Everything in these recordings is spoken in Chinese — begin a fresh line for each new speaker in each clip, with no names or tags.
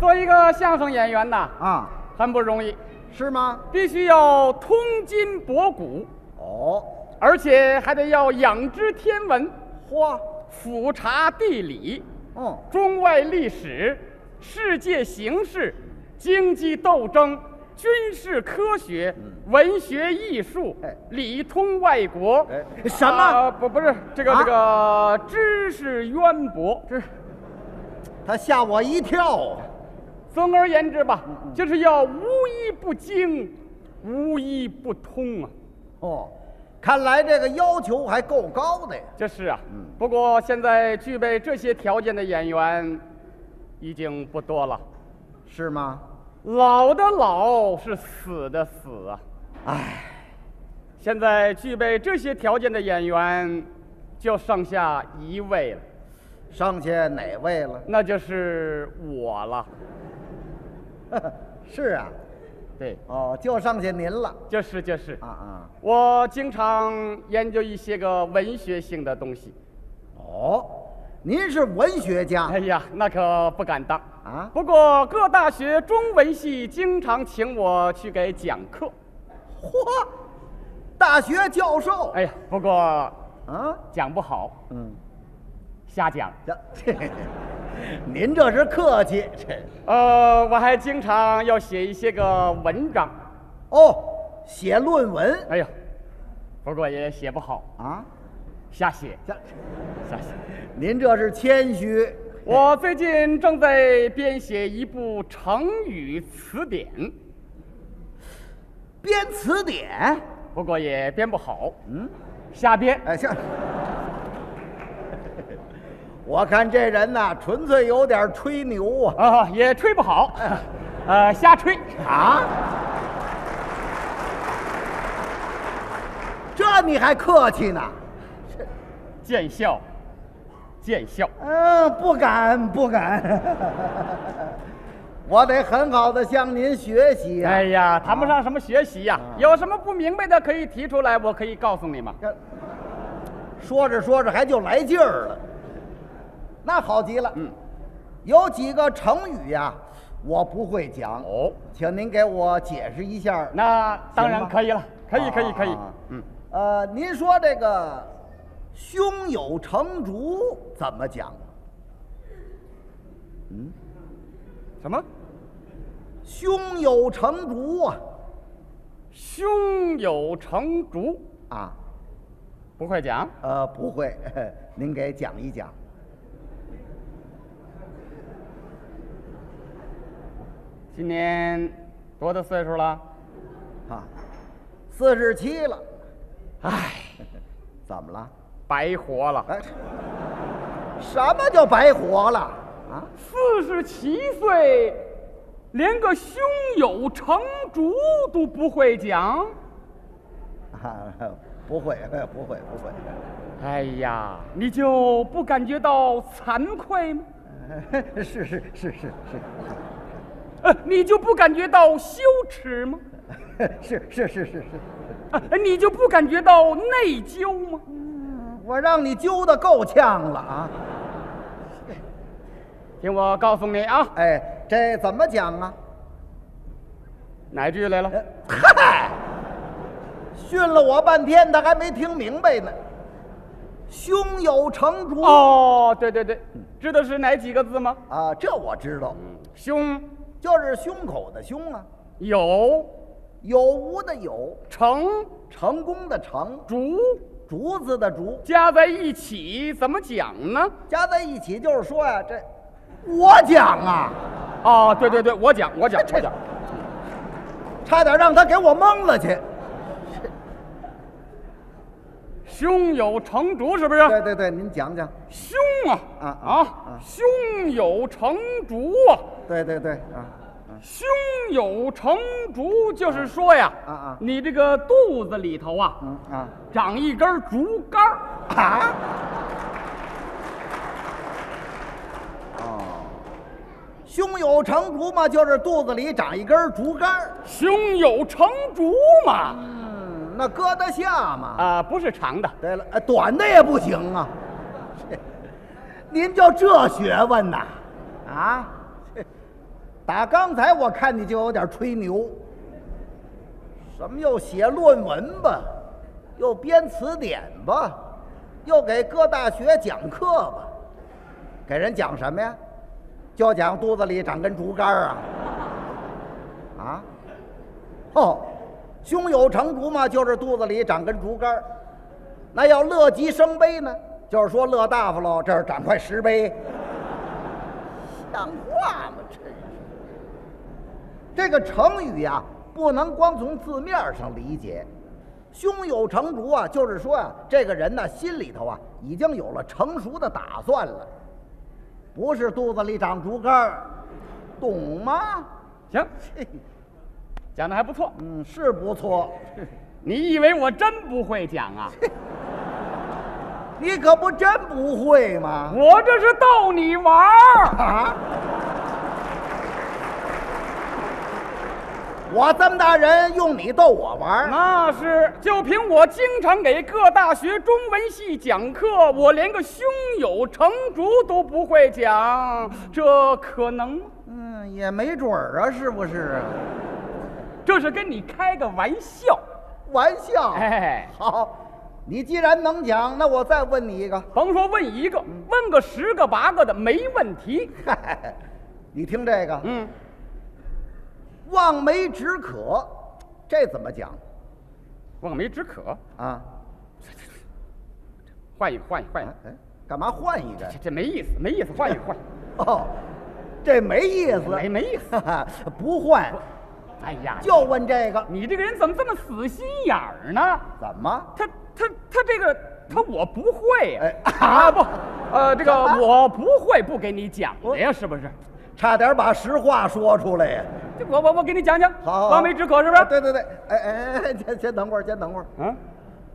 做一个相声演员呐，
啊，
很不容易，
是吗？
必须要通筋博古，
哦，
而且还得要仰知天文，
嚯，
俯察地理，
嗯，
中外历史、世界形势、经济斗争、军事科学、文学艺术
哎，
里通外国。
哎什么
啊不不是这个
啊
这个知识渊博。这
他吓我一跳。啊
总而言之吧，
嗯
就是要无一不精，无一不通啊。
哦，看来这个要求还够高的呀。
这是啊
嗯，
不过现在具备这些条件的演员已经不多了。
是吗？
老的老是死的死啊！
唉，
现在具备这些条件的演员就剩下一位了，
剩下哪位了？
那就是我了。
是啊，
对，
哦，就剩下您了。
就是就是
啊。啊，
我经常研究一些个文学性的东西，
哦，您是文学家
哎呀，那可不敢当。
啊？
不过各大学中文系经常请我去给讲课，
嚯，大学教授。
哎呀，不过
啊，
讲不好，
嗯，
瞎讲。
呀这 您这是客气，这
呃，我还经常要写一些个文章，
哦，写论文
哎呀，不过也写不好，
啊？
瞎写，
这
瞎写。
您这是谦虚。
我最近正在编写一部成语词典，
编词典，
不过也编不好，
嗯，
瞎编。
哎，行。 我看这人呐，纯粹有点吹牛啊！
啊、也吹不好，呃，瞎吹。
啊，这你还客气呢？
见笑，见笑。
嗯，不敢，不敢。 我得很好的向您学习啊呀、
哎呀，谈不上什么学习呀、
啊
有什么不明白的可以提出来，我可以告诉你嘛。
这说着说着还就来劲儿了，那好极了。
嗯，
有几个成语呀、我不会讲，
哦，
请您给我解释一下。
那当然
行吧
可以了，可以，
啊
可以，可以
啊啊。
嗯，
呃，您说这个“胸有成竹”怎么讲？啊嗯，
什么？
胸有成竹啊
胸有成竹，
啊，
不会讲。
呃，不会， 您给讲一讲。
今年多大岁数了？
啊，四十七了，
唉，
怎么了？
白活了，
哎，什么叫白活了啊？
四十七岁，连个胸有成竹都不会讲。
啊，不会， 不会，不会。
哎呀，你就不感觉到惭愧吗？
是是是是
呃，你就不感觉到羞耻吗？
是是是是是是，
啊， 你就不感觉到内疚吗？
我让你揪的够呛了啊！
听我告诉你啊，
哎，这怎么讲啊？
哪句来了？
呃嗨，训了我半天，他还没听明白呢。胸有成竹、
哦，对对对，知道是哪几个字吗？
啊，这我知道，
胸
就是胸口的胸啊，
有
有无的有，
成
成功的成，
竹
竹子的竹，
加在一起怎么讲呢？
加在一起就是说呀、这我讲啊，
哦，对对对，我讲我讲我讲，
差点让他给我蒙了去。
胸有成竹是不是？
对对对，您讲讲。
胸啊
啊啊
啊
啊，
胸有成竹啊，
对对对啊，
胸有成竹就是说呀，
啊啊
你这个肚子里头啊，
嗯啊
长一根竹竿儿
啊！哦，胸有成竹嘛，就是肚子里长一根竹竿儿
胸有成竹嘛。
嗯，那搁得下吗？
啊、不是长的，
对了，呃短的也不行啊。 您就这学问呐？啊，打刚才我看你就有点吹牛，什么又写论文吧，又编词典吧，又给各大学讲课吧，给人讲什么呀？就讲肚子里长根竹竿儿啊！啊？哦，胸有成竹嘛，就是肚子里长根竹竿儿那要乐极生悲呢，就是说乐大发喽，这儿长块石碑，像话吗？真是。这个成语呀、不能光从字面上理解。胸有成竹啊，就是说啊，这个人呢、心里头啊已经有了成熟的打算了，不是肚子里长竹竿儿，懂吗？
行，
嘿
讲的还不错。
嗯，是不错。
你以为我真不会讲啊？
你可不真不会吗？
我这是逗你玩儿。
啊！我这么大人，用你逗我玩儿？
那是，就凭我经常给各大学中文系讲课，我连个胸有成竹都不会讲，这可能吗？
嗯，也没准儿啊，是不是啊？
这是跟你开个玩笑。
玩笑。
哎，
好，你既然能讲，那我再问你一个。
甭说问一个，问个十个八个的没问题。
嗨，你听这个，
嗯，
望梅止渴，这怎么讲
望梅止渴，
啊？
换一个，换一个，换一个
哎，，哎干嘛换一个
这？这没意思，没意思，换一个， 换一个。
哦，这没意思，
没没意思。
哈哈， 不换，
哎呀，
就问这个，
你这个人怎么这么死心眼儿呢？
怎么？
他他他这个他我不会呀
哎
啊不，呃，这 个
什么
我不会不给你讲的呀，是不是？
差点把实话说出来呀！
这我我我给你讲讲，
好好，好
望梅止渴是不
啊
是？
对对对，哎哎哎，先先等会儿，先等会儿，
嗯，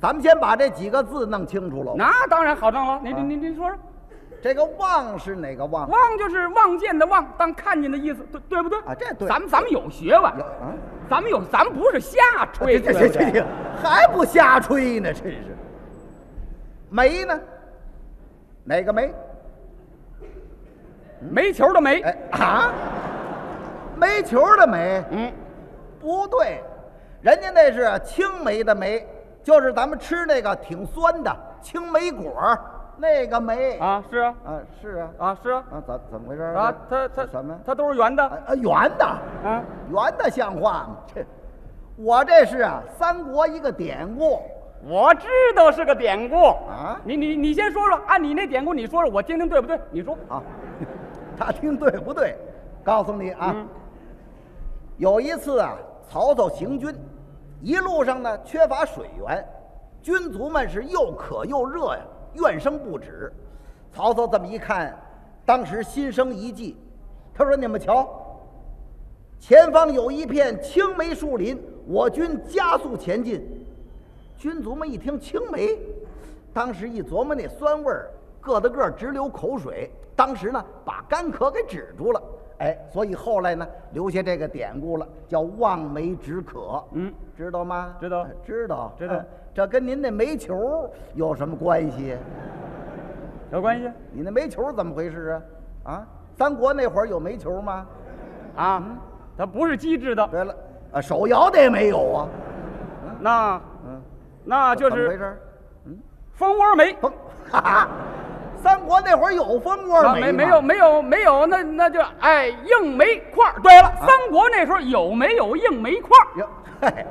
咱们先把这几个字弄清楚了。
那当然好弄了。您
啊
您您您说说，
这个望是哪个望？
望就是望见的望，当看见的意思，对对不对？
啊这对
咱们咱们有学问
有，啊。
咱们有，咱们不是瞎吹。
这
对
这
不
这
对
这还不瞎吹呢，真是。梅呢？哪个梅？
没球的没，
哎啊，煤球的煤
嗯，
不对，人家那是青梅的梅，就是咱们吃那个挺酸的青梅果儿那个梅啊
啊是啊
是啊
啊是啊
啊怎怎么回事儿
啊，它它
什么？
它都是圆
啊
的
啊圆的
啊。
圆的像话吗？这我这是啊三国一个典故。
我知道是个典故
啊
你你你先说说，按你那典故你说说，我听听对不对？你说
啊， 他听对不对？告诉你啊，
嗯
有一次啊，曹操行军，一路上呢缺乏水源，军卒们是又渴又热呀、怨声不止。曹操这么一看，当时心生一计，他说：“你们瞧，前方有一片青梅树林，我军加速前进。”军卒们一听青梅，当时一琢磨那酸味儿，个的个儿直流口水。当时呢，把干渴给止住了。哎，所以后来呢，留下这个典故了，叫望梅止渴。
嗯，
知道吗？
知道
哎知道，
知道
哎这跟您那煤球有什么关系？
有关系
你那煤球怎么回事啊？啊，三国那会儿有煤球吗？
啊？它不是机制的，
嗯对了，啊，手摇的也没有啊。
那
嗯，
那就
怎么回
是
事？
蜂窝煤，
风，哈哈，三国那会儿有蜂窝
啊
煤
没没
吗
有没有没有，那那就哎硬煤块儿。对
啊
了，三国那时候有没有硬煤块儿？
哟，嘿，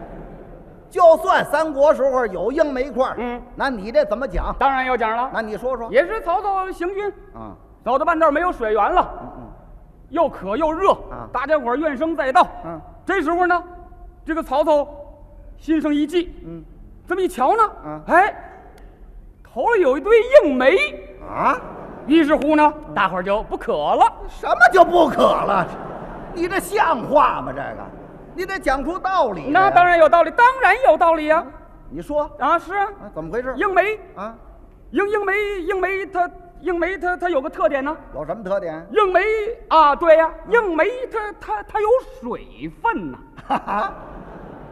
就算三国时候有硬煤块，
嗯，
那你这怎么讲？
当然有讲了，
那你说说。
也是曹操行军，
啊，
走到半道没有水源了，
嗯
又渴又热
啊
大家伙儿怨声载道。
嗯
这时候呢，这个曹操心生一计，
嗯
这么一瞧呢，
嗯
哎，头里有一堆硬煤，
嗯啊，
于是乎呢，
嗯
大伙儿就不渴了。
什么就不渴了？你这像话吗？这个，你得讲出道理。
那当，然有道理，当然有道理呀、
你说
啊！是啊，
啊，怎么回事？
硬煤，
啊，
硬硬煤，硬煤它硬煤它它有个特点呢、
有什么特点？
硬煤啊，对呀、
嗯
硬煤它它它有水分呐、
哈哈，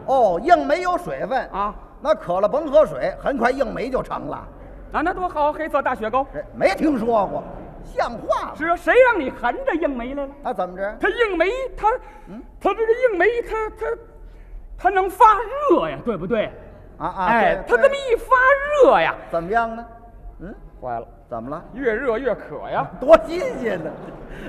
哦，硬煤有水分
啊，
那渴了甭喝水，很快硬煤就成了。嗯
啊，那多好，黑色大雪糕，
哎这没听说过，像话吗？
是啊，谁让你含着硬梅来了？
啊，怎么着？
他硬梅，他，他这个硬梅，他他，他能发热呀，对不对？
啊啊，
哎，
对
他这么一发热呀，
对怎么样呢？嗯，
坏了，
怎么了？
越热越渴呀。
多新鲜呢，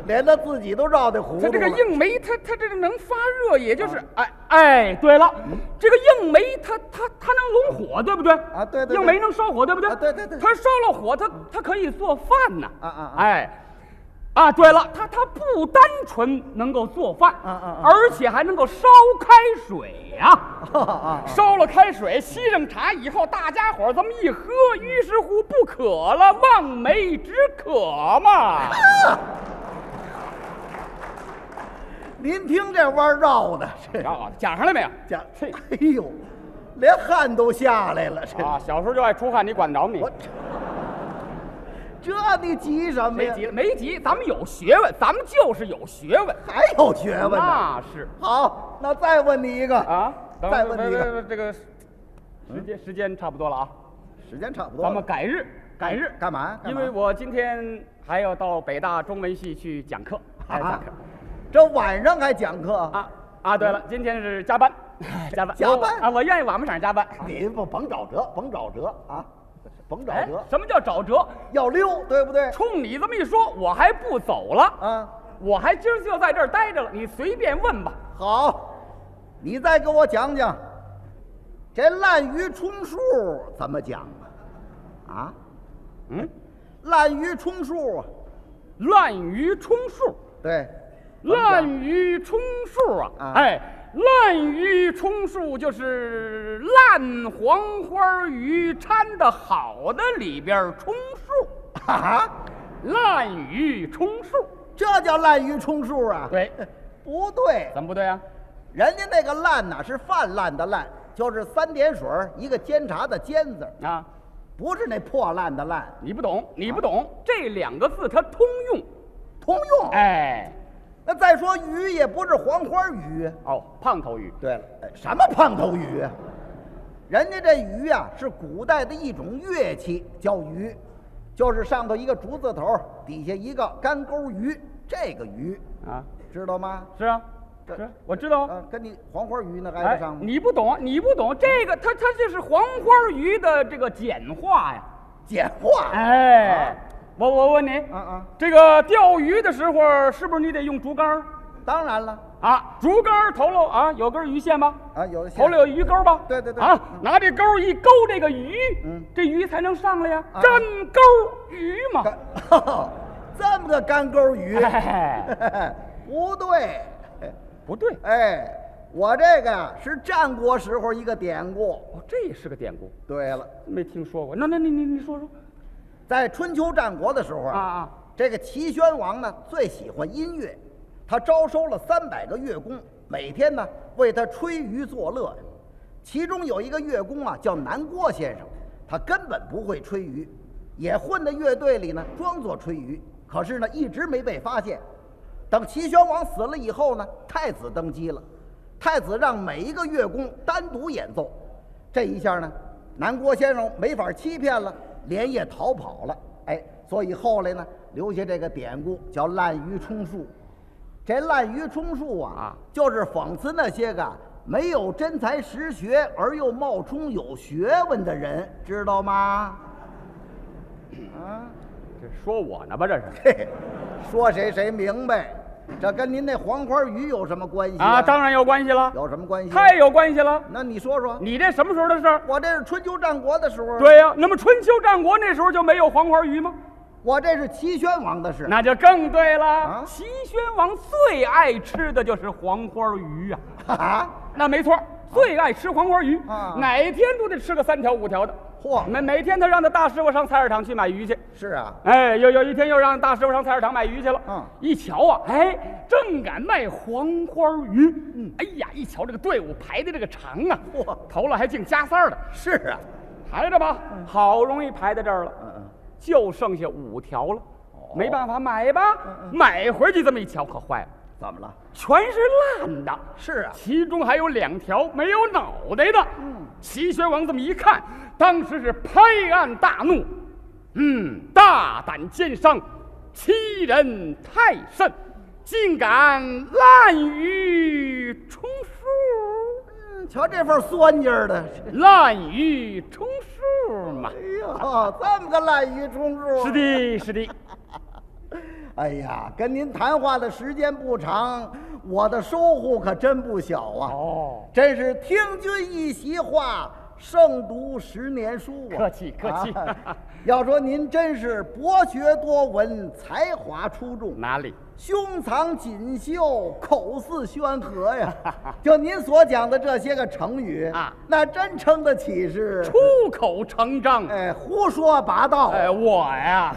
连他自己都绕得糊
它
涂了。啊
这个硬梅，它它这个能发热，也就是哎哎，对了，这个硬梅它它它能拢火，对不对？
啊对对对
硬梅能烧火，对不对？
啊对对对
它烧了火，它它可以做饭呐。
啊啊啊
哎，啊对了，它它不单纯能够做饭，
啊啊啊
而且还能够烧开水呀、
啊
烧了开水，沏上茶以后，大家伙儿这么一喝，于是乎不渴了，望梅止渴嘛。
啊！您听这弯绕的，这
然后啊讲上来没有？
讲
这
哎呦，连汗都下来了。这、
啊，小时候就爱出汗，你管得着你？
我这你急什么
没
呀？
急了，没急，咱们有学问，咱们就是有学问。
还有学问呢。
那是
好，那再问你一个
啊，咱
再
们
问你一
别别
个，
别这个时间时间差不多了啊，
时间差不多了。
咱们改日改日
干嘛干嘛
因为我今天还要到北大中文系去讲课，还要讲课
啊，这晚上还讲课啊？
啊啊！对了，今天是加班， 加班
加
我
班哦
啊！我愿意晚不上加班。
你不甭找辙，甭找辙啊，甭找
哎
辙，，
什么叫找辙？
要溜，对不对？
冲你这么一说，我还不走了，
啊，
我还今儿就在这儿待着了，你随便问吧。
好，你再给我讲讲，这滥竽充数怎么讲啊？啊，
嗯，
滥竽充数啊，
滥竽充数。
对，
滥竽充数啊！
啊
哎，滥竽充数就是烂黄花鱼掺的好的里边儿充数，
啊，
滥竽充数，
这叫滥竽充数啊？
对，
不对，
怎么不对啊？
人家那个滥呐、是泛滥的滥，就是三点水儿一个监察的监字儿，
啊，
不是那破烂的烂，
你不懂，你不懂，啊这两个字它通用。
通用。
哎，
那再说鱼也不是黄花鱼。
哦，胖头鱼，
对了，哎什么胖头鱼啊？人家这鱼啊是古代的一种乐器，叫鱼，就是上头一个竹字头，底下一个干钩鱼，这个鱼
啊，
知道吗？
是啊，
这
是，我知道啊。
啊，跟你黄花鱼那挨
哎
得上，吗？
你不懂，你不懂这个，它它就是黄花鱼的这个简化呀。
简化。
哎，我我问你，
啊啊，
这个钓鱼的时候，是不是你得用竹竿儿
当然了，
啊？竹竿儿头喽啊，有根鱼线吧？
啊，有的
头里有鱼钩吧？
对对对
啊，拿这钩一勾这个鱼，
嗯
这鱼才能上来呀。
啊
粘钩鱼嘛。
干 这么个干钩鱼，
哎，
不对。
不对，
哎，我这个呀是战国时候一个典故。
哦，这也是个典故，
对了，
没听说过。那那你你你说说
在春秋战国的时候
啊啊，
这个齐宣王呢最喜欢音乐，他招收了三百个乐工，每天呢为他吹竽作乐。其中有一个乐工啊叫南郭先生，他根本不会吹竽，也混在乐队里呢装作吹竽，可是呢一直没被发现。等齐宣王死了以后呢，太子登基了，太子让每一个乐工单独演奏，这一下呢，南郭先生没法欺骗了，连夜逃跑了。哎，所以后来呢，留下这个典故叫“滥竽充数”。这“滥竽充数啊”
啊
就是讽刺那些个没有真才实学而又冒充有学问的人，知道吗？ 啊，
这说我呢吧？这是
嘿嘿，说谁谁明白。这跟您那黄花鱼有什么关系
啊，当然有关系了，
有什么关系？
太有关系了。
那你说说，
你这什么时候的事儿？
我这是春秋战国的时候，
对呀、那么春秋战国那时候就没有黄花鱼吗？
我这是齐宣王的事。
那就更对了。
啊
齐宣王最爱吃的就是黄花鱼啊，
啊，
那没错儿，最爱吃黄花鱼，
啊
哪天都得吃个三条五条的。
嚯
每每天他让他大师傅上菜市场去买鱼去。
是啊，
哎，有有一天又让大师傅上菜市场买鱼去了。
嗯
一瞧啊，哎，正赶卖黄花鱼。嗯，哎呀，一瞧这个队伍排的这个长啊，
嚯
头了还净加塞儿的，
是啊，
排着吧，好容易排到这儿了。
嗯哦嗯，
就剩下五条了，没办法买吧，
嗯
买回去这么一瞧，可坏了，
怎么了？
全是烂的，
是啊，
其中还有两条没有脑袋的。齐宣王这么一看，当时是拍案大怒，嗯，大胆奸商，欺人太甚，竟敢滥竽充数，
嗯 瞧这份酸劲儿的，
滥竽充数嘛
哎。呦，这么个滥竽充数。啊
是的，是的，
哎呀，跟您谈话的时间不长，我的收获可真不小啊！
哦，
真是听君一席话，胜读十年书啊！
客气客气
啊要说您真是博学多闻，才华出众，
哪里？
胸藏锦绣，口似宣 和呀！就您所讲的这些个成语
啊
那真称得起是
出口成章。
哎胡说八道。
哎，我呀，